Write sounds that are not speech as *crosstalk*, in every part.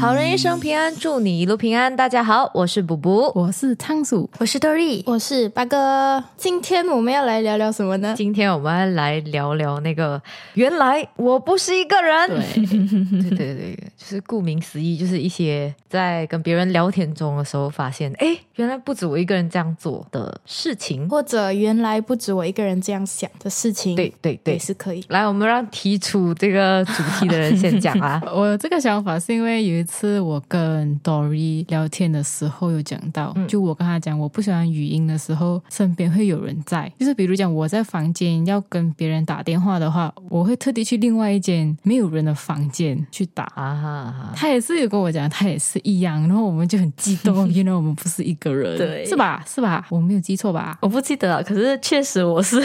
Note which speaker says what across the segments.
Speaker 1: 好人一生平安，祝你一路平安。大家好，我是补补。
Speaker 2: 我是仓鼠，。
Speaker 3: 我是 Dory，
Speaker 4: 我是八哥，今天我们要来聊聊什么呢？
Speaker 1: 今天我们来聊聊那个，原来我不是一个人。对对对对，就是顾名思义，就是一些在跟别人聊天中的时候发现，哎，原来不止我一个人这样做的事情。
Speaker 4: 或者原来不止我一个人这样想的事情，
Speaker 1: 对，对对
Speaker 4: 也，是可以。
Speaker 1: 来，我们让提出这个主题的人先讲 *laughs* 啊
Speaker 2: *laughs* 我有这个想法是因为有一次我跟 Dory 聊天的时候有讲到，就我跟他讲我不喜欢语音的时候，身边会有人在，就是比如讲我在房间要跟别人打电话的话，我会特地去另外一间没有人的房间去打。
Speaker 1: 啊哈啊哈，
Speaker 2: 他也是有跟我讲，他也是一样，然后我们就很激动， *laughs* 原来我们不是一个人，
Speaker 3: 对
Speaker 2: 是吧？是吧？我没有记错吧？
Speaker 3: 我不记得了，可是确实
Speaker 2: *laughs*
Speaker 3: 我是，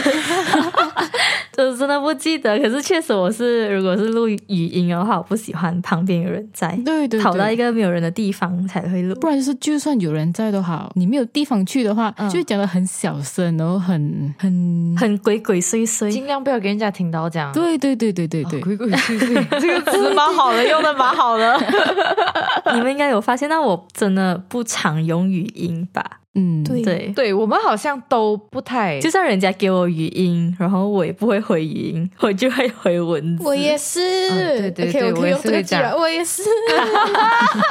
Speaker 3: 就是真的不记得。可是确实我是，如果是录语音的话，我不喜欢旁边有人在，
Speaker 2: 对对对，
Speaker 3: 跑到一个没有人的地方才会录。
Speaker 2: 不然就是就算有人在都好，你没有地方去的话，就会讲的很小声，然后很很
Speaker 3: 很鬼鬼祟祟，
Speaker 1: 尽量不要给人家听到这样。哦
Speaker 2: 对对对对对对，
Speaker 1: 鬼鬼祟祟， *laughs* 这个词蛮好的，用的蛮好的。
Speaker 3: 你们应该有发现到我真的不常用语音吧？
Speaker 2: 嗯，
Speaker 4: 对
Speaker 3: 对，
Speaker 1: *laughs* 对我们好像都不太，
Speaker 3: 就算人家给我语音，然后我也不会回语音， *laughs* 我就会回文字。
Speaker 4: 我也是，
Speaker 1: 嗯对对
Speaker 4: o k
Speaker 1: 对
Speaker 4: 我可以
Speaker 1: 我也
Speaker 4: 用
Speaker 1: 是
Speaker 4: 这
Speaker 1: 会这
Speaker 4: 个句
Speaker 1: 样
Speaker 4: 了，我
Speaker 1: *laughs*
Speaker 4: 也是，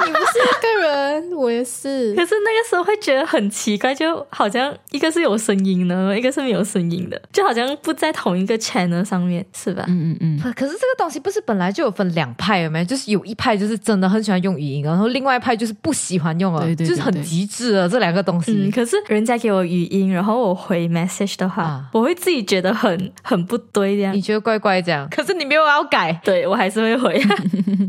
Speaker 4: 你不是一个人，我也是
Speaker 3: 可。是那个时候会觉得很奇怪，就好像一个是有声音的，一个是没有声音的，就好像不在同一个 channel 上面，是吧？
Speaker 2: 嗯嗯嗯，
Speaker 1: 啊可是这个东西不是本来就有分两派有没有？就是有一派就是真的很喜欢用语音，然后另外一派就是不喜欢用了，
Speaker 2: 对对对
Speaker 1: 就是很
Speaker 2: 对
Speaker 1: 极致了这两个东
Speaker 3: 嗯，
Speaker 1: 西。
Speaker 3: 可是人家给我语音，然后我回 message 的话，
Speaker 1: 啊
Speaker 3: 我会自己觉得很很不对这样
Speaker 1: 你。觉得怪怪这样，可是你没有要改。
Speaker 3: 对我还是会回，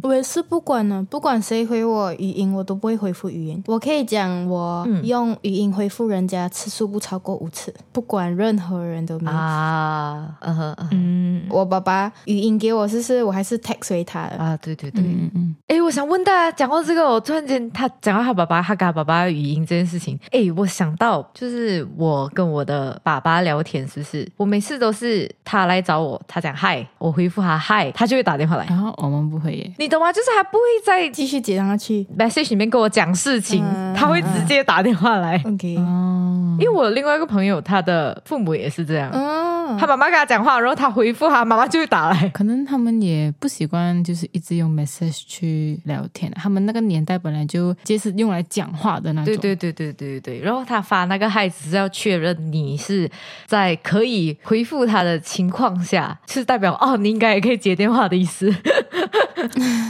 Speaker 4: 我也是不管呢，不管谁回我语音，我都不会回复语音。我可以讲我
Speaker 1: 嗯
Speaker 4: 用语音回复人家次数不超过五次，不管任何人都没有。
Speaker 1: 啊，嗯哼嗯哼
Speaker 3: 嗯，
Speaker 4: 我爸爸语音给我试试，我还是 text 回他的。
Speaker 1: 啊，对对对，
Speaker 2: 嗯嗯，
Speaker 1: 哎，我想问大家，讲到这个，我突然间他讲到他爸爸，他跟他爸爸的语音这件事情，哎，我想到就是我跟我的爸爸聊天，是不是？我每次都是他来找我，他讲嗨，我回复他嗨，他就会打电话来，
Speaker 2: 然后我们不会耶，
Speaker 1: 你懂吗？就是他不会在
Speaker 4: 继续接上去
Speaker 1: message 里面跟我讲事情，
Speaker 4: 嗯
Speaker 1: 他会直接打电话来。
Speaker 4: ，OK，
Speaker 2: 哦，
Speaker 1: 因为我另外一个朋友，他的父母也是这样，
Speaker 4: 嗯，
Speaker 1: 他妈妈跟他讲话，然后他回复他，妈妈就会打 *laughs* 来。
Speaker 2: 可能他们也不习惯，就是一直用 message 去聊天，啊他们那个年代本来就皆是用来讲话的那种，
Speaker 1: 对对对对对对，然后他发那个嗨，只是要确认你是在可以回复他的情况下，是代表哦，你应该也可以接电话的意思。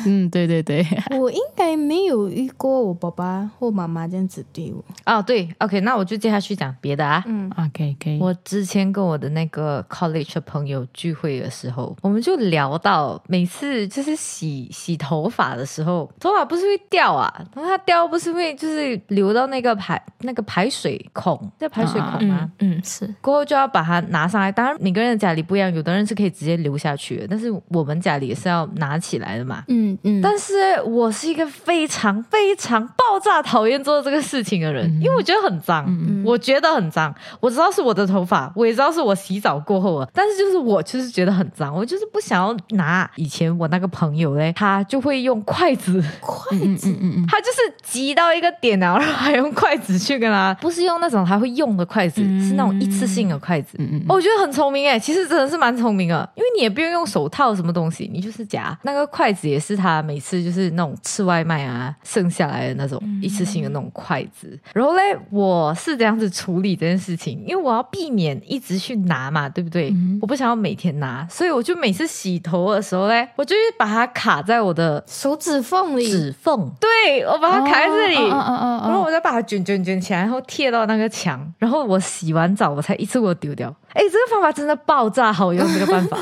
Speaker 2: 嗯，对对对， *laughs*
Speaker 4: 我应该没有遇过我爸爸或妈妈这样子对我。
Speaker 1: *laughs* 哦，对，OK，那我就接下去讲别的啊。
Speaker 4: 嗯，
Speaker 2: 啊，可以可以，
Speaker 1: 我之前跟我的那个 college 的朋友聚会的时候，我们就聊到，每次就是洗洗头发的时候，头发不是会掉啊，然后它掉不是会就是流到那个排那个排水孔，叫排水孔吗？
Speaker 3: 嗯嗯是，
Speaker 1: 过后就要把它拿上来，当然每个人的家里不一样，有的人是可以直接流下去的，但是我们家里也是要拿起来的嘛。
Speaker 4: 嗯嗯，
Speaker 1: 但是我是一个非常非常爆炸讨厌做这个事情的人，因为我觉得很脏，
Speaker 2: 嗯
Speaker 1: 我觉得很脏。我知道是我的头发，我也知道是我洗澡过后啊，但是就是我就是觉得很脏，我就是不想要拿。以前我那个朋友嘞，他就会用筷子，
Speaker 4: 筷
Speaker 2: 嗯
Speaker 4: 子
Speaker 2: 嗯嗯
Speaker 1: 他就是急到一个点啊，然后还用筷子去跟他，嗯不是用那种他会用的筷子，是那种一次性的筷子。
Speaker 2: 嗯嗯
Speaker 1: 哦，我觉得很聪明哎，其实真的是蛮聪明的，因为你也不用用手套什么东西，你就是夹那个筷子也是他每次就是那种吃外卖啊剩下来的那种一次性的那种筷子。然后嘞，我是这样子处理这件事情，因为我要避免一直去拿嘛，对不对？我不想要每天拿，所以我就每次洗头的时候嘞，我就是把它卡在我的
Speaker 4: 手指缝里，
Speaker 1: 指缝，对我把它卡在这里。
Speaker 2: 哦哦哦
Speaker 1: 然后
Speaker 2: 哦，
Speaker 1: 我再把它卷卷卷起来，然后贴到那个墙，然后我洗完澡我才一次给我丢掉。哎，这个方法真的爆炸好用，这个
Speaker 2: *laughs*
Speaker 1: 办法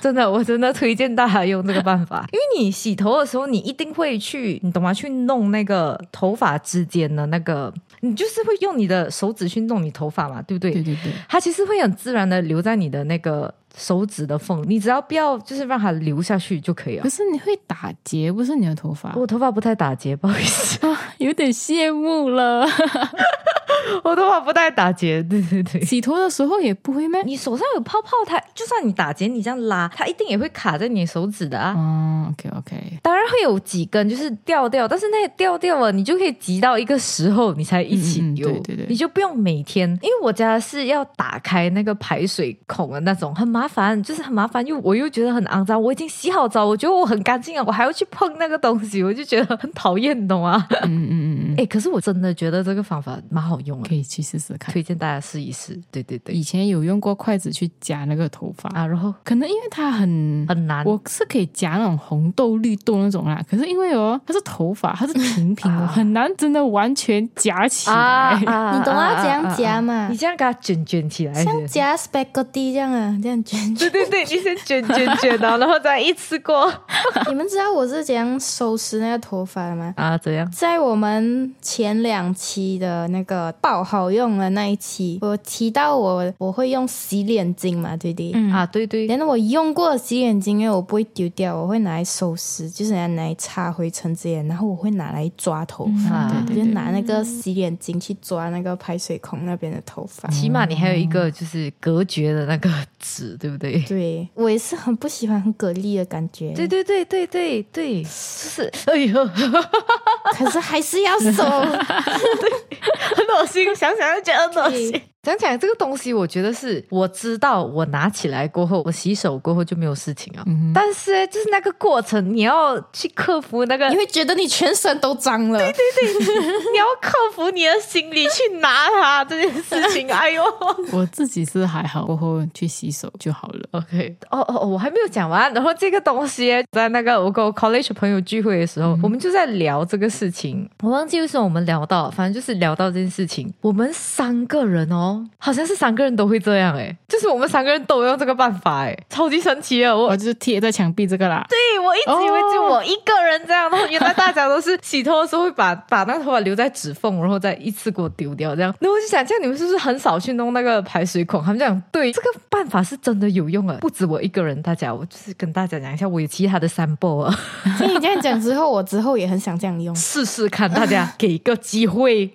Speaker 1: 真的，我真的推荐大家用这个办
Speaker 2: *laughs*
Speaker 1: 法，因为你洗头的时候，你一定会去，你懂吗？去弄那个头发之间的那个，你就是会用你的手指去弄你头发嘛，对不对？
Speaker 2: 对对对，
Speaker 1: 它其实会很自然的留在你的那个手指的缝，你只要不要就是让它流下去就可以了
Speaker 2: 可。是你会打结，不是你的头发，
Speaker 1: 我头发不太打结，不好意思，
Speaker 2: 有点羡慕了。
Speaker 1: 我头发不太打结，对对对。
Speaker 2: 洗头的时候也不会咩？
Speaker 1: 你手上有泡泡，它就算你打结，你这样拉，它一定也会卡在你的手指的啊。
Speaker 2: 哦，OK OK，
Speaker 1: 当然会有几根就是掉掉，但是那个掉掉了，你就可以集到一个时候，你才一起
Speaker 2: 嗯嗯
Speaker 1: 丢，
Speaker 2: 对对对
Speaker 1: 你就不用每天，因为我家是要打开那个排水孔的那种，很麻烦，就是很麻烦，又我又觉得很肮脏，我已经洗好澡，我觉得我很干净了，啊我还要去碰那个东西，我就觉得很讨厌，你懂吗？
Speaker 2: 嗯嗯嗯嗯
Speaker 1: 哎、可是我真的觉得这个方法蛮好用
Speaker 2: 嗯，
Speaker 1: 的
Speaker 2: 可，以去试试看。
Speaker 1: 推荐大家试一试。对对对，
Speaker 2: 以前有用过筷子去夹那个头发，
Speaker 1: 啊，然后
Speaker 2: 可能因为它很。
Speaker 1: 很难，
Speaker 2: 我是可以夹那种红豆、绿豆那种啦，可是因为哦，它是头发，它是平 *laughs* 平的，
Speaker 1: 啊
Speaker 2: 很难真的完全夹起来。
Speaker 4: *laughs* 你懂要怎样夹
Speaker 1: 吗？
Speaker 4: 嘛
Speaker 1: 你？这样给它卷卷起来，
Speaker 4: 啊像夹 spaghetti 这样啊，这样卷
Speaker 1: 对
Speaker 4: 卷。
Speaker 1: 对对，你先卷卷卷哦，然后再一次过
Speaker 4: *laughs* 你们知道我是怎样收拾那个头发的吗？
Speaker 1: *laughs* 啊，怎样？
Speaker 4: 在我们前两期的那个爆好用的那一期，我提到我我会用洗脸巾嘛，对不对？
Speaker 1: 啊，对对，
Speaker 4: 然后我用过的洗脸巾，因为我不会丢掉，我会拿来收拾，就是拿来擦灰尘之类的，然后我会拿来抓头发，
Speaker 1: 啊
Speaker 2: 对
Speaker 4: 我
Speaker 2: 对
Speaker 4: 就
Speaker 2: 对，
Speaker 4: 拿那个洗脸巾去抓那个排水孔那边的头发。
Speaker 1: 起码你还有一个就是隔绝的那个纸，对不对？
Speaker 4: 对我也是很不喜欢很蛤蜊的感觉，
Speaker 1: 对对对对对对，就是哎呦，很
Speaker 4: 可是还 *laughs* 是要收。
Speaker 1: 恶心，想想就觉得很恶
Speaker 4: 对。
Speaker 1: *laughs* 讲起来这个东西，我觉得是我知道，我拿起来过后，我洗手过后就没有事情啊。
Speaker 2: 嗯
Speaker 1: 但是就是那个过程，你要去克服那个，
Speaker 4: 你
Speaker 1: 你
Speaker 4: 会觉得你全身都脏了，
Speaker 1: 要克服 *laughs* 你的心理去拿它这件事 *laughs* 情。哎呦，
Speaker 2: *laughs* 我自己是还好，过后去洗手就好了。
Speaker 1: OK，哦哦，哦，我还没有讲完。然后这个东西在那个我跟我 college 朋友聚会的时候，我们就在聊这个事情。我忘记为什么我们聊到，反正就是聊到这件事情。我们三个人哦，好像是三个人都会这样诶，就是我们三个人都用这个办法诶，超级神奇啊的。我
Speaker 2: 哦我就是贴在墙壁这个啦。
Speaker 1: 对我一直以为就我一个人这样，然后原来大家都是洗头的时候会把 *laughs* 把那个头发留在指缝，然后再一次给我丢掉这样。那我就想，这样你们是不是很少去弄那个排水孔？他们讲，对，这个办法是真的有用啊，不止我一个人，大家，我就是跟大家讲一下，我有其他的三波啊， *laughs*
Speaker 4: 听 *laughs* 你这样讲之后，我之后也很想这样用。
Speaker 1: 试试看，大家给一个机会。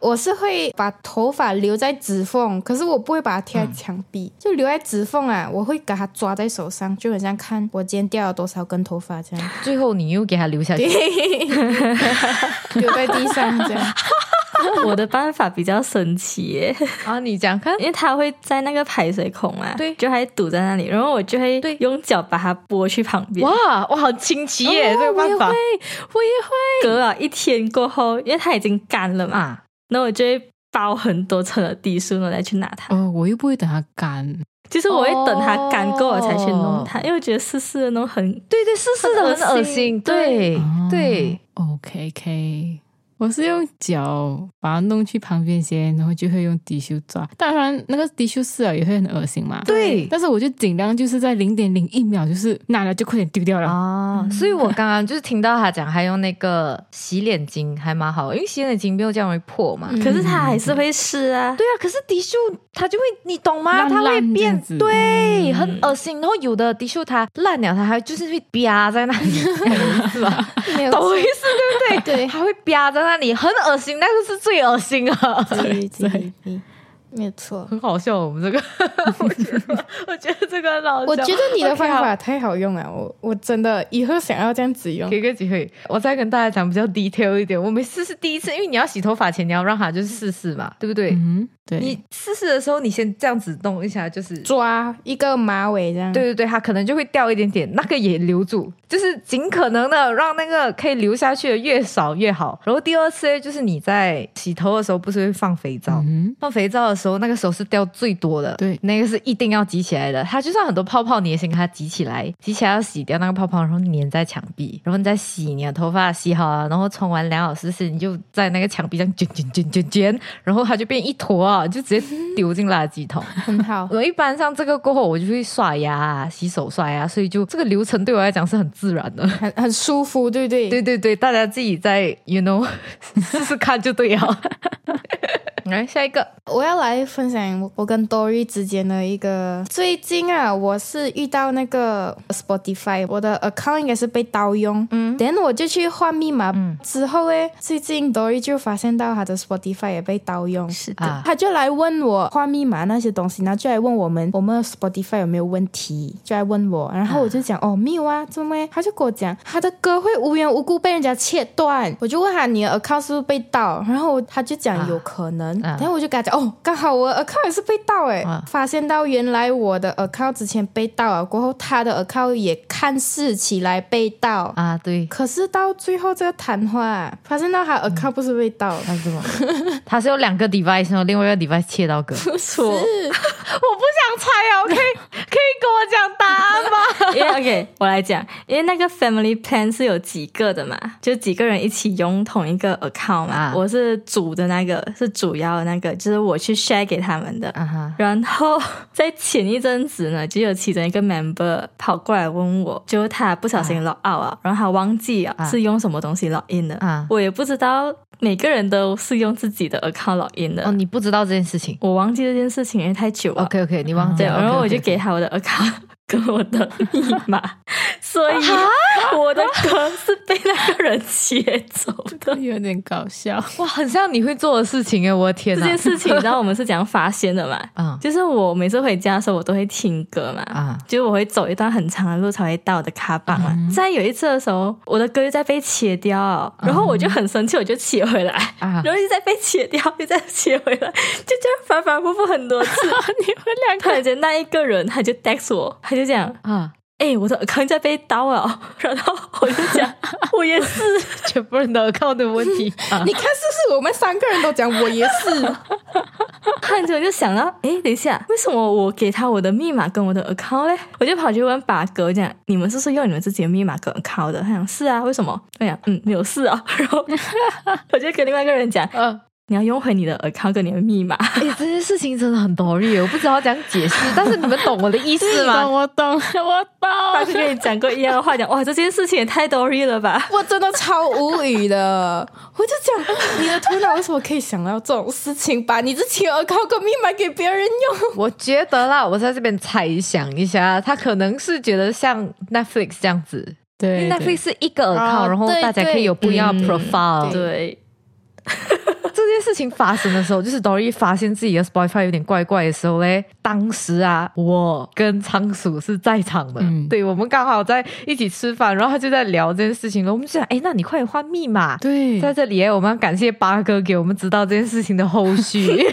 Speaker 4: 我是会把头发留在指缝，可是我不会把它贴在墙壁，就留在指缝啊。我会给它抓在手上，就很像看我今天掉了多少根头发 *laughs* 这样，
Speaker 1: 最后你又给它留下去， *laughs*
Speaker 4: 留在地上这样。
Speaker 3: *laughs* 我的办法比较神奇
Speaker 1: *laughs*
Speaker 3: 耶，
Speaker 1: 啊，你讲看，
Speaker 3: 因为它会在那个排水孔嘛，
Speaker 1: 对
Speaker 3: 就还堵在那里，然后我就会
Speaker 1: 对
Speaker 3: 用脚把它拨去旁边。
Speaker 1: 哇哇，很新奇耶，这个办法
Speaker 3: 我也会。隔了一天过后，因为它已经干了嘛，
Speaker 1: 啊。
Speaker 3: 那我就会包很多层的滴数，然后再去拿它。
Speaker 2: 哦，我又不会等它干。
Speaker 3: 其实我会等它干够了才去
Speaker 1: 哦
Speaker 3: 弄它，因为我觉得湿湿的弄很
Speaker 1: 对对，是是的，很
Speaker 3: 很
Speaker 1: 恶
Speaker 3: 恶
Speaker 1: 心，
Speaker 3: 心
Speaker 1: 对对，
Speaker 2: ，OK OK，我是用脚把它弄去旁边先，然后就会用滴袖抓。当然，那个滴袖湿了也会很恶心嘛。
Speaker 1: 对，
Speaker 2: 但是我就尽量就是在零点零一秒，就是拿了就快点丢 *laughs* 掉了。
Speaker 1: 哦，所以我刚刚就是听到他讲，还用那个洗脸巾还蛮好，因为洗脸巾没有这样容易破嘛。
Speaker 3: 可是它还是会湿啊。
Speaker 1: 嗯对啊，可是滴袖它就会，你懂吗？
Speaker 2: 烂
Speaker 1: 它会
Speaker 2: 烂这
Speaker 1: 变
Speaker 2: 样，子
Speaker 1: 对，很恶心。然后有的滴袖它烂了，它还就是会啪在那里，是吧？
Speaker 4: 没有
Speaker 1: 懂我意思对不对？
Speaker 4: *laughs* 对
Speaker 1: 还会啪在那里，很恶心，那个是最恶心啊。
Speaker 4: 对对对，没有错。
Speaker 1: 很好笑，我们这个， *laughs* 我觉得，我觉得这个很好笑。
Speaker 4: 我觉得你的
Speaker 1: OK，好 *laughs*
Speaker 4: 方法太好用了，我我真的以后想要这样子用。
Speaker 1: 给个机会，我再跟大家讲比较 detail 一点。我每次是第一次，因为你要洗头发前，你要让它就是试试嘛，对不对？
Speaker 2: 嗯，对
Speaker 1: 你，试试的时候，你先这样子弄一下，就是
Speaker 4: 抓一个马尾这样，
Speaker 1: 对，对对，它可能就会掉一点点，那个也留住，就是尽可能的让那个可以留下去的越少越好。然后第二次就是你在洗头的时候，不是会放肥皂？
Speaker 2: 嗯，
Speaker 1: 放肥皂的时候，那个手是掉最多的，
Speaker 2: 对
Speaker 1: 那个是一定要挤起来的。它就算很多泡泡，你也先给它挤起来，挤起来要洗掉那个泡泡，然后粘在墙壁，然后你再洗你的头发，洗好啊，然后冲完两小时时，你就在那个墙壁上卷卷卷卷卷，然后它就变一坨啊， *laughs* 就直接丢进垃圾桶。
Speaker 4: 很 *laughs* 好。
Speaker 1: 我一般上这个过后，我就会刷牙、啊、洗手、刷牙，所以就这个流程对我来讲是很自然的。
Speaker 4: 很很舒服，对不对？
Speaker 1: 对对对，大家自己在 you know 试试看就对了。来下一个，
Speaker 4: 我要来分享我我跟 Dory 之间的一个最近啊，我是遇到那个 Spotify，我的 account 应该是被盗用，嗯，等我就去换密码，之后诶，最近 Dory 就发现到他的 Spotify 也被盗用，
Speaker 3: 是的，
Speaker 1: 啊
Speaker 4: 他就来问我换密码那些东西，然后就来问我们我们的 Spotify 有没有问题，就来问我，然后我就
Speaker 1: 嗯
Speaker 4: 讲、哦没有啊，怎么耶？他就跟我讲他的歌会无缘无故被人家切断，我就问他你的 account 是不是被盗，然后他就讲
Speaker 1: 啊
Speaker 4: 有可能，
Speaker 1: 啊
Speaker 4: 然后我就跟他讲哦，刚好我的 account 也是被盗哎、
Speaker 1: 啊
Speaker 4: 发现到原来我的 account 之前被盗了，过后他的 account 也看似起来被盗。
Speaker 1: 啊，对，
Speaker 4: 可是到最后这个谈话，发现到他
Speaker 1: 嗯
Speaker 4: account 不是被盗，
Speaker 1: 那是什么？ *laughs* 它是有两个 device，然后另外一个 device 切到 *laughs* 歌。
Speaker 3: 不错。
Speaker 1: 我不想猜哦，可以可以跟我讲答案吗？
Speaker 3: *laughs* 因为 OK，我来讲，因为那个 Family Plan 是有几个的嘛，就几个人一起用同一个 account 嘛。
Speaker 1: 啊
Speaker 3: 我是主的那个，是主要的那个，就是我去 share 给他们的。
Speaker 1: *laughs* 啊哈，
Speaker 3: 然后在前一阵子呢，就有其中一个 member 跑过来问我，就是他不小心 log out 啊，然后他忘记啊
Speaker 1: 啊
Speaker 3: 是用什么东西 log in 的，
Speaker 1: 啊
Speaker 3: 我也不知道每个人都是用自己的 account log in 的，
Speaker 1: 哦，你不知道这件事情。
Speaker 3: 我忘记这件事情因为太久了。
Speaker 1: OK OK，你忘记
Speaker 3: 对，
Speaker 1: 了。
Speaker 3: 然后
Speaker 1: OK，OK，
Speaker 3: 我就给他我的 account *laughs* 跟我的密 *laughs* 码，所以我的歌是被那个人切走 *laughs* 的。
Speaker 2: 有点搞笑。
Speaker 1: 哇，很像你会做的事情哎，我的天
Speaker 3: 这
Speaker 1: 哪 *laughs*
Speaker 3: 件！事情，你知道我们是怎样发现 *laughs* 的吗？
Speaker 1: 嗯
Speaker 3: 就是我每次回家的时候，我都会听歌嘛，
Speaker 1: 啊
Speaker 3: 就是我会走一段很长的路才会到我的卡榜嘛。在有一次的时候，我的歌又在被切掉，然后我就很生气，我就切回来，
Speaker 1: 啊
Speaker 3: *laughs* 然后又再被切掉，又再切回来，就这样反反复复很多次。 *laughs* 你们两个突然间那一个人他就 text 我，他就讲
Speaker 1: 啊，
Speaker 3: 哎、我的 account 在被刀了， *laughs* 然后我就 *laughs* 讲，我也是，
Speaker 1: 全部人的 account 的问题 *laughs* 啊
Speaker 4: *laughs* 你看是不是我们三个人都讲我也是？
Speaker 3: *laughs* 看着我就想到，哎、等一下，为什么我给他我的密码跟我的 account 嘞？我就跑去问八哥讲，你们是不是用你们自己的密码跟 account 的？他讲是啊，为什么？我讲嗯，没有事啊。 *laughs* 然后我就跟另外一个人讲，
Speaker 1: 嗯，
Speaker 3: 你要用回你的 account 跟你的密码。
Speaker 1: 哎，这件事情真的很 Dory，我不知道怎样解释，但是 *laughs* 你们懂我的意思
Speaker 2: 懂，
Speaker 1: 吗？
Speaker 2: 我懂，我懂。
Speaker 3: 八哥跟你讲过一样的话，讲哇，这件事情也太 dory 了吧？
Speaker 4: 我真的超无语的，我就讲你的头脑为什么可以想到这种事情，把你之前的 account 跟密码给别人用？
Speaker 1: 我觉得啦，我在这边猜想一下，他可能是觉得像 Netflix 这样子，因
Speaker 2: 对
Speaker 1: 为 Netflix 是一个 account，
Speaker 4: 哦
Speaker 1: 然后
Speaker 4: 对
Speaker 1: 大家可以有不一样的
Speaker 3: 对
Speaker 1: profile，
Speaker 3: 对，
Speaker 1: 嗯这件事情发生的时候，就是 Dory 发现自己的 Spotify 有点怪怪的时候嘞，当时啊，我跟仓鼠是在场的，
Speaker 2: 嗯
Speaker 1: 对我们刚好在一起吃饭，然后他就在聊这件事情了。我们就想，哎，那你快点换密码。
Speaker 2: 对 *laughs*
Speaker 1: 在这里耶，我们要感谢八哥给我们知道这件事情的后 *laughs* 续，对，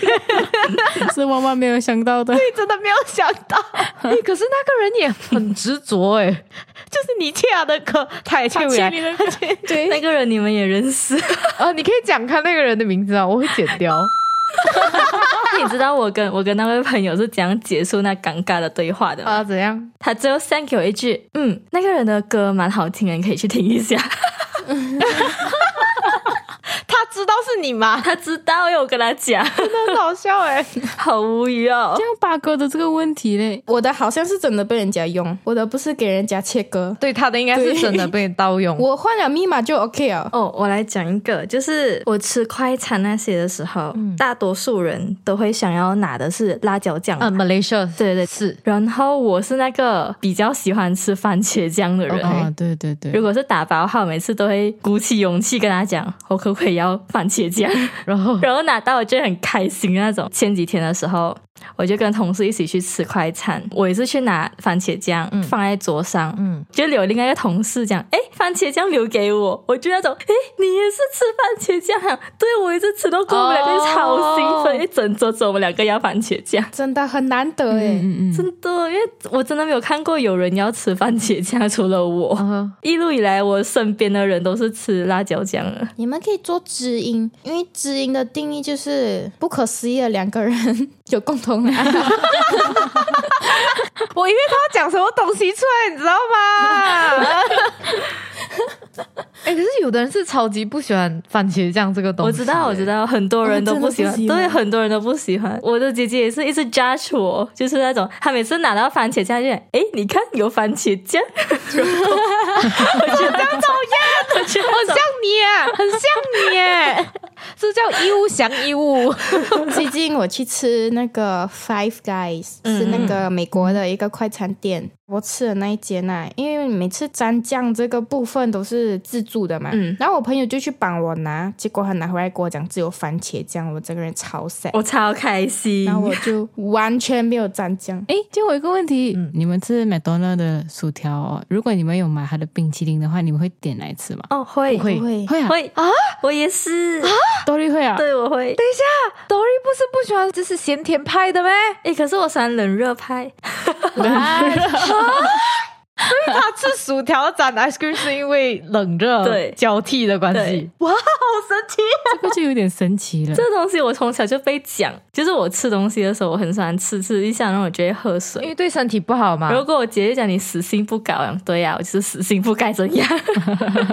Speaker 2: 是万万没有想到的。
Speaker 1: 真的没有想 *laughs* 到。哎可是那个人也很执着，哎，就是你欠他的课，他也欠回来。
Speaker 2: 的歌
Speaker 3: 那个人你们也认识。
Speaker 1: 呃，你可以讲看那个人的名字啊，我会剪掉。
Speaker 3: *laughs* 你知道我跟我跟那位朋友是怎样结束那尴尬的对话的吗？
Speaker 1: 啊，怎样？
Speaker 3: 他最后 send 给我一句：“嗯，那个人的歌蛮好听的，你可以去听一下。 *laughs*
Speaker 1: 他知道是你吗”？
Speaker 3: 他知道，因为我跟他讲， *laughs*
Speaker 1: 很好笑哎、
Speaker 3: 好无语哦
Speaker 2: 这。样八哥的这个问题嘞，
Speaker 4: 我的好像是真的被人家用，我的不是给人家切割。
Speaker 1: *laughs* 对他的应该是真的被盗用。
Speaker 4: 我换了密码就 OK 了，
Speaker 3: 哦，我来讲一个，就是我吃快餐那些的时候，大多数人都会想要拿的是辣椒酱嘛。
Speaker 1: 嗯，Malaysia，
Speaker 3: 对对
Speaker 1: 是
Speaker 3: 然后我是那个比较喜欢吃番茄酱的人。
Speaker 1: OK
Speaker 2: 啊，对对对
Speaker 3: 如，果是打包号，每次都会鼓起勇气跟他讲，我可不可以要番茄酱？
Speaker 1: 然后
Speaker 3: 然后拿到我就很开心的那种。前几天的时候，我就跟同事一起去吃快餐，我也是去拿番茄酱、放在桌上，
Speaker 1: 嗯
Speaker 3: 就有另外一个同事讲：“哎，番茄酱留给我。”我就那种：“哎，你也是吃番茄酱啊？”对，我也是吃到过，我们两个超兴奋，一整桌子我们两个要番茄酱。
Speaker 4: 真的很难得哎、
Speaker 2: 嗯嗯嗯，
Speaker 3: 真的，因为我真的没有看过有人要吃番茄酱，除了我。一路以来，我身边的人都是吃辣椒酱的。
Speaker 4: 你们可以做知音，因为知音的定义就是不可思议的两个人有共同的爱好。
Speaker 1: 我以为他要讲什么东西出来，你知道 *laughs* 吗？哎、可是有的人是超级不喜欢番茄酱这个东西。
Speaker 3: 我知道，我知。道，很多人都不喜欢，
Speaker 4: 哦真的不喜
Speaker 3: 对，
Speaker 4: 欢
Speaker 3: 很多人都不喜欢。我的姐姐也是一直 judge 我，就是那种她每次拿到番茄酱就，哎，你看有番茄 *laughs* 酱，我觉得这样讨厌，我觉得
Speaker 1: *laughs* 很像你耶，很像你耶，这叫一物降一物。
Speaker 4: *laughs* 最近我去吃那个 Five Guys，、是那个美国的一个快餐店。我吃的那一间啊，因为每次蘸酱这个部分都是自助的嘛，
Speaker 3: 嗯
Speaker 4: 然后我朋友就去帮我拿，结果他拿回来跟我讲只有番茄酱，我整个人超 sad，
Speaker 3: 我超开心
Speaker 4: 然。后我就完全没有蘸酱。
Speaker 2: 哎，就我有一个问题，你们吃麦当劳的薯条、哦，如果你们有买它的冰淇淋的话，你们会点来吃吗？
Speaker 3: 哦，会
Speaker 1: 会
Speaker 4: 会
Speaker 2: 会啊，
Speaker 3: 会啊，我也是，
Speaker 2: 多利会啊，
Speaker 3: 对，我会。
Speaker 1: Dory 不是不喜欢就是咸甜派的咩？
Speaker 3: 哎，可是我喜欢冷热派，
Speaker 1: 他吃薯条沾 ice cream 是因为冷热
Speaker 3: 对
Speaker 1: 交替的关系
Speaker 3: 对。
Speaker 1: 哇，好神奇！
Speaker 2: 这个就有点神奇了。
Speaker 3: 这个东西我从小就被讲，就是我吃东西的时候，我很喜欢吃吃一下，然后我就会喝
Speaker 1: 因
Speaker 3: 水。
Speaker 1: 为对身体不好嘛。
Speaker 3: 如果我姐姐讲你死性不改，我讲对呀、我就是死性不改怎样？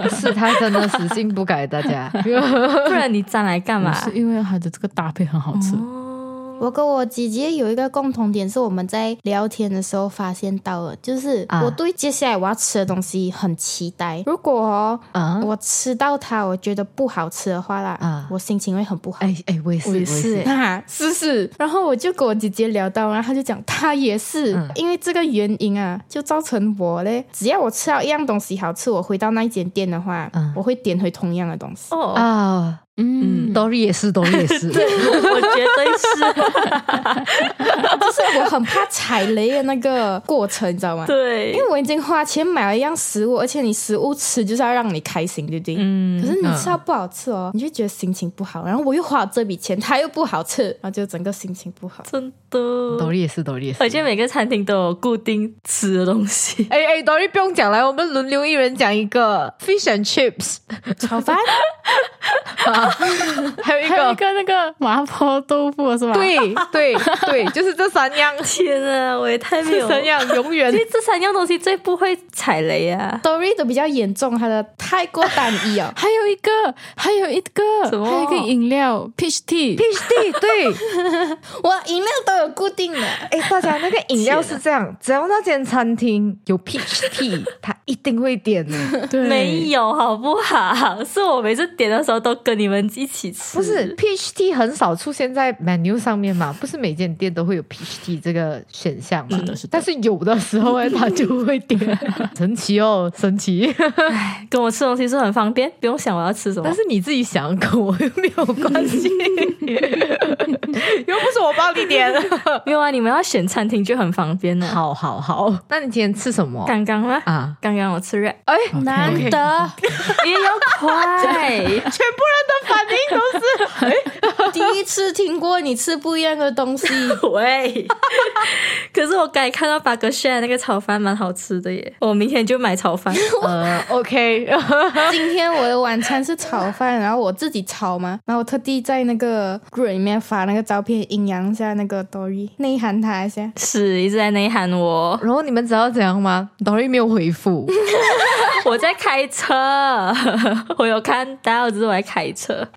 Speaker 1: 是他真的死性不改，大家。
Speaker 3: *laughs* 不然你站来干嘛？
Speaker 2: 是因为它的哦这个搭配很好吃，
Speaker 4: 我跟我姐姐有一个共同点，是我们在聊天的时候发现到了，就是
Speaker 1: 啊
Speaker 4: 我对接下来我要吃的东西很期待。如果哦、
Speaker 1: *laughs* 啊
Speaker 4: 我吃到它，我觉得不好吃的话啦，
Speaker 1: 啊
Speaker 4: 我心情会很不好。
Speaker 1: 哎哎，我也是，
Speaker 3: 我也是
Speaker 4: *laughs*
Speaker 3: 哎
Speaker 4: 啊，是不是？然后我就跟我姐姐聊到，然后她就讲她也是、
Speaker 1: 嗯
Speaker 4: 因为这个原因啊，就造成我嘞，只要我吃到一样东西好吃，我回到那一间店的话，
Speaker 1: 嗯
Speaker 4: 我会点回同样的东西。
Speaker 3: 哦，
Speaker 1: 啊。
Speaker 2: 嗯，
Speaker 1: Dory 也是，Dory 也 *laughs* 是。
Speaker 3: *laughs* 我绝对
Speaker 1: *laughs*
Speaker 3: 是
Speaker 4: 就是我很怕踩雷的那个过程，你知道吗？
Speaker 3: *laughs* 对
Speaker 4: 因，为我已经花钱买了一样食物，而且你食物吃就是要让你开心，对不对？
Speaker 3: 嗯
Speaker 4: 可是你吃到不好吃哦，你就觉得心情不好，然后我又花了这笔钱，它又不好吃，然后就整个心情不好。
Speaker 3: 真的。
Speaker 1: Dory 也是，Dory 也是
Speaker 3: 我。觉得每个餐厅都有固定吃的东
Speaker 1: *laughs*
Speaker 3: 西。
Speaker 1: 哎哎，Dory 不用讲来，我们轮流一人讲一个 fish and chips，啊
Speaker 4: 炒
Speaker 1: *laughs*
Speaker 4: 饭，
Speaker 1: 还有一
Speaker 2: 还有
Speaker 1: 个
Speaker 2: 一个那个麻婆豆腐是吧？，。
Speaker 1: 对对对，就是这三样，
Speaker 3: 天啊，我也太
Speaker 4: 哎
Speaker 3: 没
Speaker 1: 这
Speaker 3: 有。
Speaker 1: 三样永远
Speaker 3: 因为这三样东西最不会踩雷啊！
Speaker 4: Dory 的比较严重，它的太过单一哦
Speaker 2: 还有一个，还有一个，
Speaker 3: 什么
Speaker 2: 还有一个饮料 peach tea，
Speaker 1: PhD 对。
Speaker 4: *laughs* 我饮料都有固定的，
Speaker 1: *laughs* 哎，大家那个饮料是这样，只要那间餐厅有 peach *laughs* tea，他一定会点的。
Speaker 2: 对，
Speaker 3: 没有好不好？是我每次点的时候都跟你们一起吃，
Speaker 1: 不是 peach tea 很少出现在 menu 上面 *laughs* 嘛？不是每间店都会有 peach tea 这个选项嘛？
Speaker 2: 的是的
Speaker 1: 但是有的时候呢，他就会 *laughs* 点，神奇哦，神奇。
Speaker 3: 跟我吃东西是很方便，不用想我要吃什么
Speaker 1: 但。是你自己想，跟我又没有关系， *laughs* 又不是我帮你点。
Speaker 3: 没有啊，你们要选餐厅就很方便
Speaker 1: *laughs*
Speaker 3: 了、
Speaker 1: 好好好，那你今天吃什么
Speaker 3: 刚刚吗？
Speaker 1: *laughs* 啊？
Speaker 3: 刚刚我吃 wrap，
Speaker 1: 哎，
Speaker 4: 难得
Speaker 3: 因为要快，
Speaker 1: *laughs* 全部人的反应都是
Speaker 4: 第一次听过你吃不一样的 *laughs* 东西，
Speaker 3: 喂。 *laughs* 可是我刚才看到八哥 share 那个炒饭蛮好吃的耶，我明天就买
Speaker 2: *laughs*
Speaker 3: 炒饭。
Speaker 1: 呃，OK， *laughs*
Speaker 4: 今天我的晚餐是炒饭，然后我自己炒嘛，然后我特地在那个 group 里面发那个照片，阴阳一下那个 Dory，内涵他一下。
Speaker 3: 是一直在内涵我，
Speaker 1: 然后你们知道怎样吗？Dory 没有回 *laughs* 复，
Speaker 3: 我在开车， *laughs* 我有看到，只是我在开车。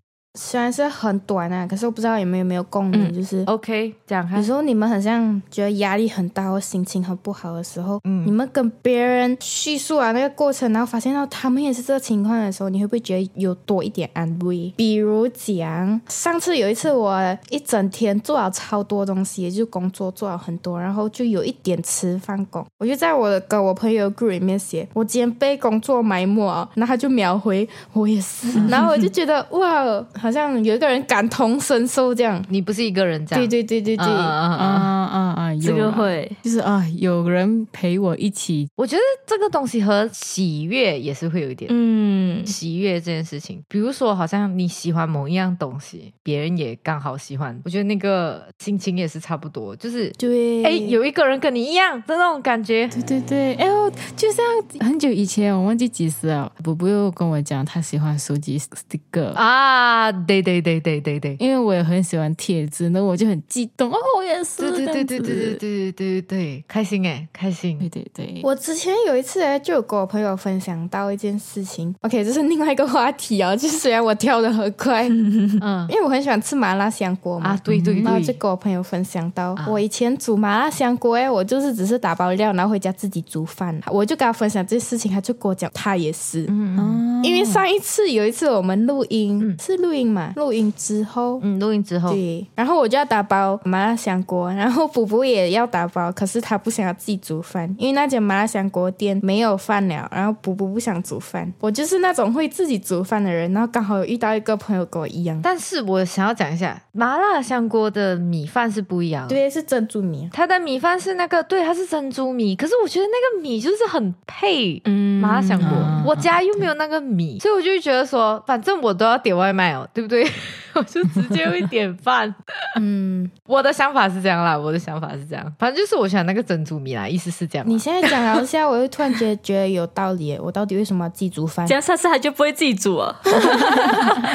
Speaker 4: 虽然是很短啊，可是我不知道你们有没有共鸣，就是。
Speaker 1: OK，讲
Speaker 4: 有
Speaker 1: 开始。
Speaker 4: 时候你们很像觉得压力很大或心情很不好的时候，
Speaker 1: 嗯
Speaker 4: 你们跟别人叙述啊那个过程，然后发现到他们也是这个情况的时候，你会不会觉得有多一点安慰？比如讲，上次有一次我一整天做了超多东西，也就是工作做了很多，然后就有一点吃饭工，我就在我的跟我朋友 group 里面写，我今天被工作埋没啊，然后他就秒回我也是， *laughs* 然后我就觉得哇，好像有一个人感同身受这样。
Speaker 1: 你不是一个人讲，
Speaker 4: *laughs* 对对对对
Speaker 1: 嗯
Speaker 4: 对，
Speaker 1: 嗯
Speaker 2: 啊
Speaker 1: 嗯嗯
Speaker 2: 啊啊，有
Speaker 3: 这个
Speaker 2: 啊
Speaker 3: 会
Speaker 2: 就是啊，有人陪我一起，
Speaker 1: 我觉得这个东西和喜悦也是会有一点。
Speaker 3: 嗯，
Speaker 1: 喜悦这件事情，比如说，好像你喜欢某一样东西，别人也刚好喜欢，我觉得那个心情也是差不多，就是
Speaker 4: 对，
Speaker 1: 哎，有一个人跟你一样的那种感觉，
Speaker 2: 对对对，哎呦，就像很久以前我忘记几时了，布布又跟我讲他喜欢收集 sticker
Speaker 1: 啊，对对对对对对，
Speaker 2: 因为我也很喜欢贴纸，那我就很激动哦，我也是，
Speaker 1: 对对对对对对
Speaker 2: 这
Speaker 1: 对对
Speaker 2: 样子
Speaker 1: 对对对对对，开心哎、开
Speaker 2: 对
Speaker 1: 心。
Speaker 2: 对对，
Speaker 4: 我之前有一次哎，就有跟我朋友分享到一件事情，OK，这是另外一个话题啊。 *laughs* 就是虽然我跳的很快，因
Speaker 1: *laughs* 嗯
Speaker 4: 为我很喜欢吃麻辣香锅嘛，
Speaker 1: 啊，对对啊
Speaker 4: 然后就
Speaker 1: 对，
Speaker 4: 跟我朋友分享到，我以前煮麻辣香锅哎，我就是只是打包料，然后回家自己煮饭。我就跟他分享这件事情，他就跟我讲他也是，
Speaker 1: 嗯
Speaker 2: 哦
Speaker 4: 因为上一次有一次我们录音、是录音嘛，录音之后。
Speaker 1: 嗯，录音之后，
Speaker 4: 对，然后我就要打包麻辣香锅，然后补补也要打包，可是他不想要自己煮饭，因为那间麻辣香锅店没有饭了，然后补补不想煮饭。我就是那种会自己煮饭的人，然后刚好有遇到一个朋友跟我一样，
Speaker 1: 但是我想要讲一下，麻辣香锅的米饭是不一样的。
Speaker 4: 对，是珍珠米。
Speaker 1: 它的米饭是那个，对，它是珍珠米，可是我觉得那个米就是很配麻辣香锅，
Speaker 2: 嗯
Speaker 1: 我家又没有那个米，所以我就觉得说，反正我都要点外卖哦，对不对？ *laughs* 我就直接会点饭。 *laughs*
Speaker 4: 嗯，
Speaker 1: 我的想法是这样啦，我的想法是这样，反正就是我喜欢那个珍珠米啦，意思是这样啦。
Speaker 4: 你现在讲了一下，我又突然觉得觉得有道理耶，我到底为什么要自己煮饭
Speaker 3: 这？样下次他就不会自己煮哦了，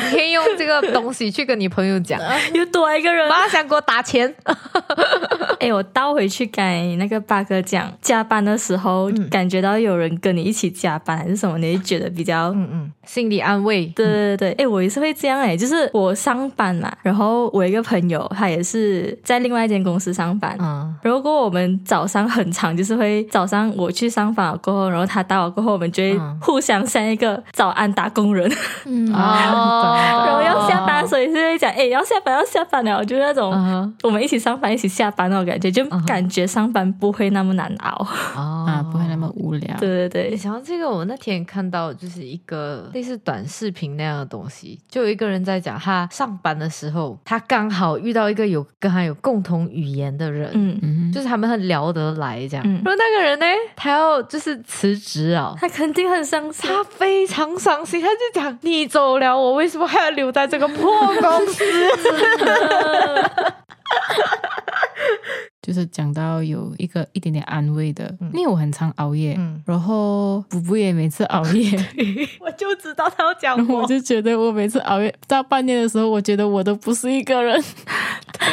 Speaker 1: 你可以用这个东西去跟你朋友讲，
Speaker 3: *laughs* 又多一
Speaker 2: *laughs*
Speaker 3: 个人。
Speaker 1: 麻辣香锅打钱。
Speaker 3: 哎，我倒回去跟那个八哥讲，加班的时候、
Speaker 2: 嗯
Speaker 3: 感觉到有人跟你一起加班还是什么，你会觉得比较
Speaker 1: 嗯嗯，心理安慰。
Speaker 3: 对对对，哎、我也是会这样哎、就是我上班嘛，然后我一个朋友他也是在另外一间公司上班。
Speaker 1: 嗯，
Speaker 3: 如果我们早上很长，就是会早上我去上班了过后，然后他到了过后，我们就会
Speaker 1: 嗯
Speaker 3: 互相 send 一个早安打工人，
Speaker 1: *laughs*
Speaker 4: 嗯，
Speaker 1: 哦
Speaker 3: 然后要下班，所以是会讲哎、要下班要下班了，就是那种、
Speaker 1: 嗯
Speaker 3: 我们一起上班一起下班那种感觉，就
Speaker 1: 嗯哼
Speaker 3: 感觉上班不会那么难熬。
Speaker 1: 哦
Speaker 2: 啊，不会那么无聊。
Speaker 3: 对对
Speaker 1: 你
Speaker 3: 对，
Speaker 1: 想到这个，我那天看到就是一个类似短视频那样的东西，就有一个人在讲，他上班的时候，他刚好遇到一个有跟他有共同语言的人。
Speaker 3: 嗯，
Speaker 2: 嗯，
Speaker 1: 就是他们很聊得来这样，
Speaker 3: 嗯
Speaker 1: 然后那个人呢，他要就是辞职啊，
Speaker 3: 他肯定很伤心。啊
Speaker 1: 他非常伤心，他就讲你走了，我为什么还要留在这
Speaker 3: *laughs*
Speaker 1: 个破公司？
Speaker 2: 就是讲到有一个一点点安慰的，因为我很常熬夜，
Speaker 1: 嗯
Speaker 2: 然后补补也每次熬夜，
Speaker 3: 我就知道他要讲
Speaker 2: 然后我就觉得我每次熬夜到半夜的时候，我觉得我都不是一个 *laughs* 人。
Speaker 1: *laughs*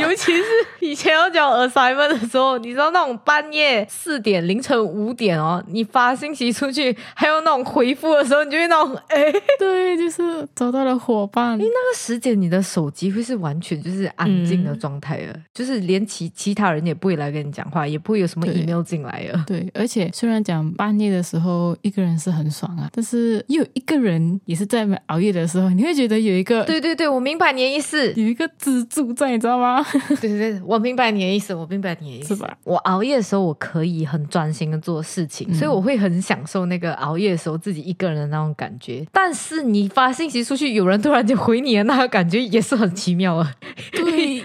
Speaker 1: 尤其是以前要交 assignment 的时候，你知道那种半夜四点、凌晨五点哦，你发信息出去，还有那种回复的时候，你就会那种哎，那
Speaker 2: 对，就是找到了伙伴，
Speaker 1: 个时间你的手机会是完全就是安静的状态了，嗯就是连其其他人也不会来跟你讲话，也不会有什么
Speaker 2: 对
Speaker 1: email 进来了。
Speaker 2: 对，而且虽然讲半夜的时候一个人是很爽啊，但是又有一个人也是在那边熬夜的时候，你会觉得有一个
Speaker 1: 对对对，我明白你的意思。
Speaker 2: 有一个支柱在，你知道吗？
Speaker 1: *laughs* 对对对，我明白你的意思，我明白你的意思。
Speaker 2: *laughs* 是吧？
Speaker 1: 我熬夜的时候，我可以很专心的做事情，所以我会很享受那个熬夜的时候自己一个人的那种感觉。但是你发信息出去，有人突然间回你的那个感觉也是很奇妙啊。 *laughs*
Speaker 2: 对，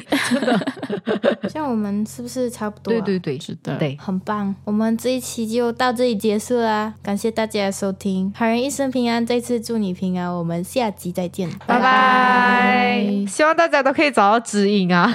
Speaker 4: 像我们是不是差不多、啊
Speaker 1: 对，对对，
Speaker 2: 是的，
Speaker 1: 对，
Speaker 4: 很棒。我们这一期就到这里结束啦，感谢大家的收听，好人一生平安，再次祝你平安，我们下集再见，
Speaker 1: 拜拜。希望大家都可以找到知音啊。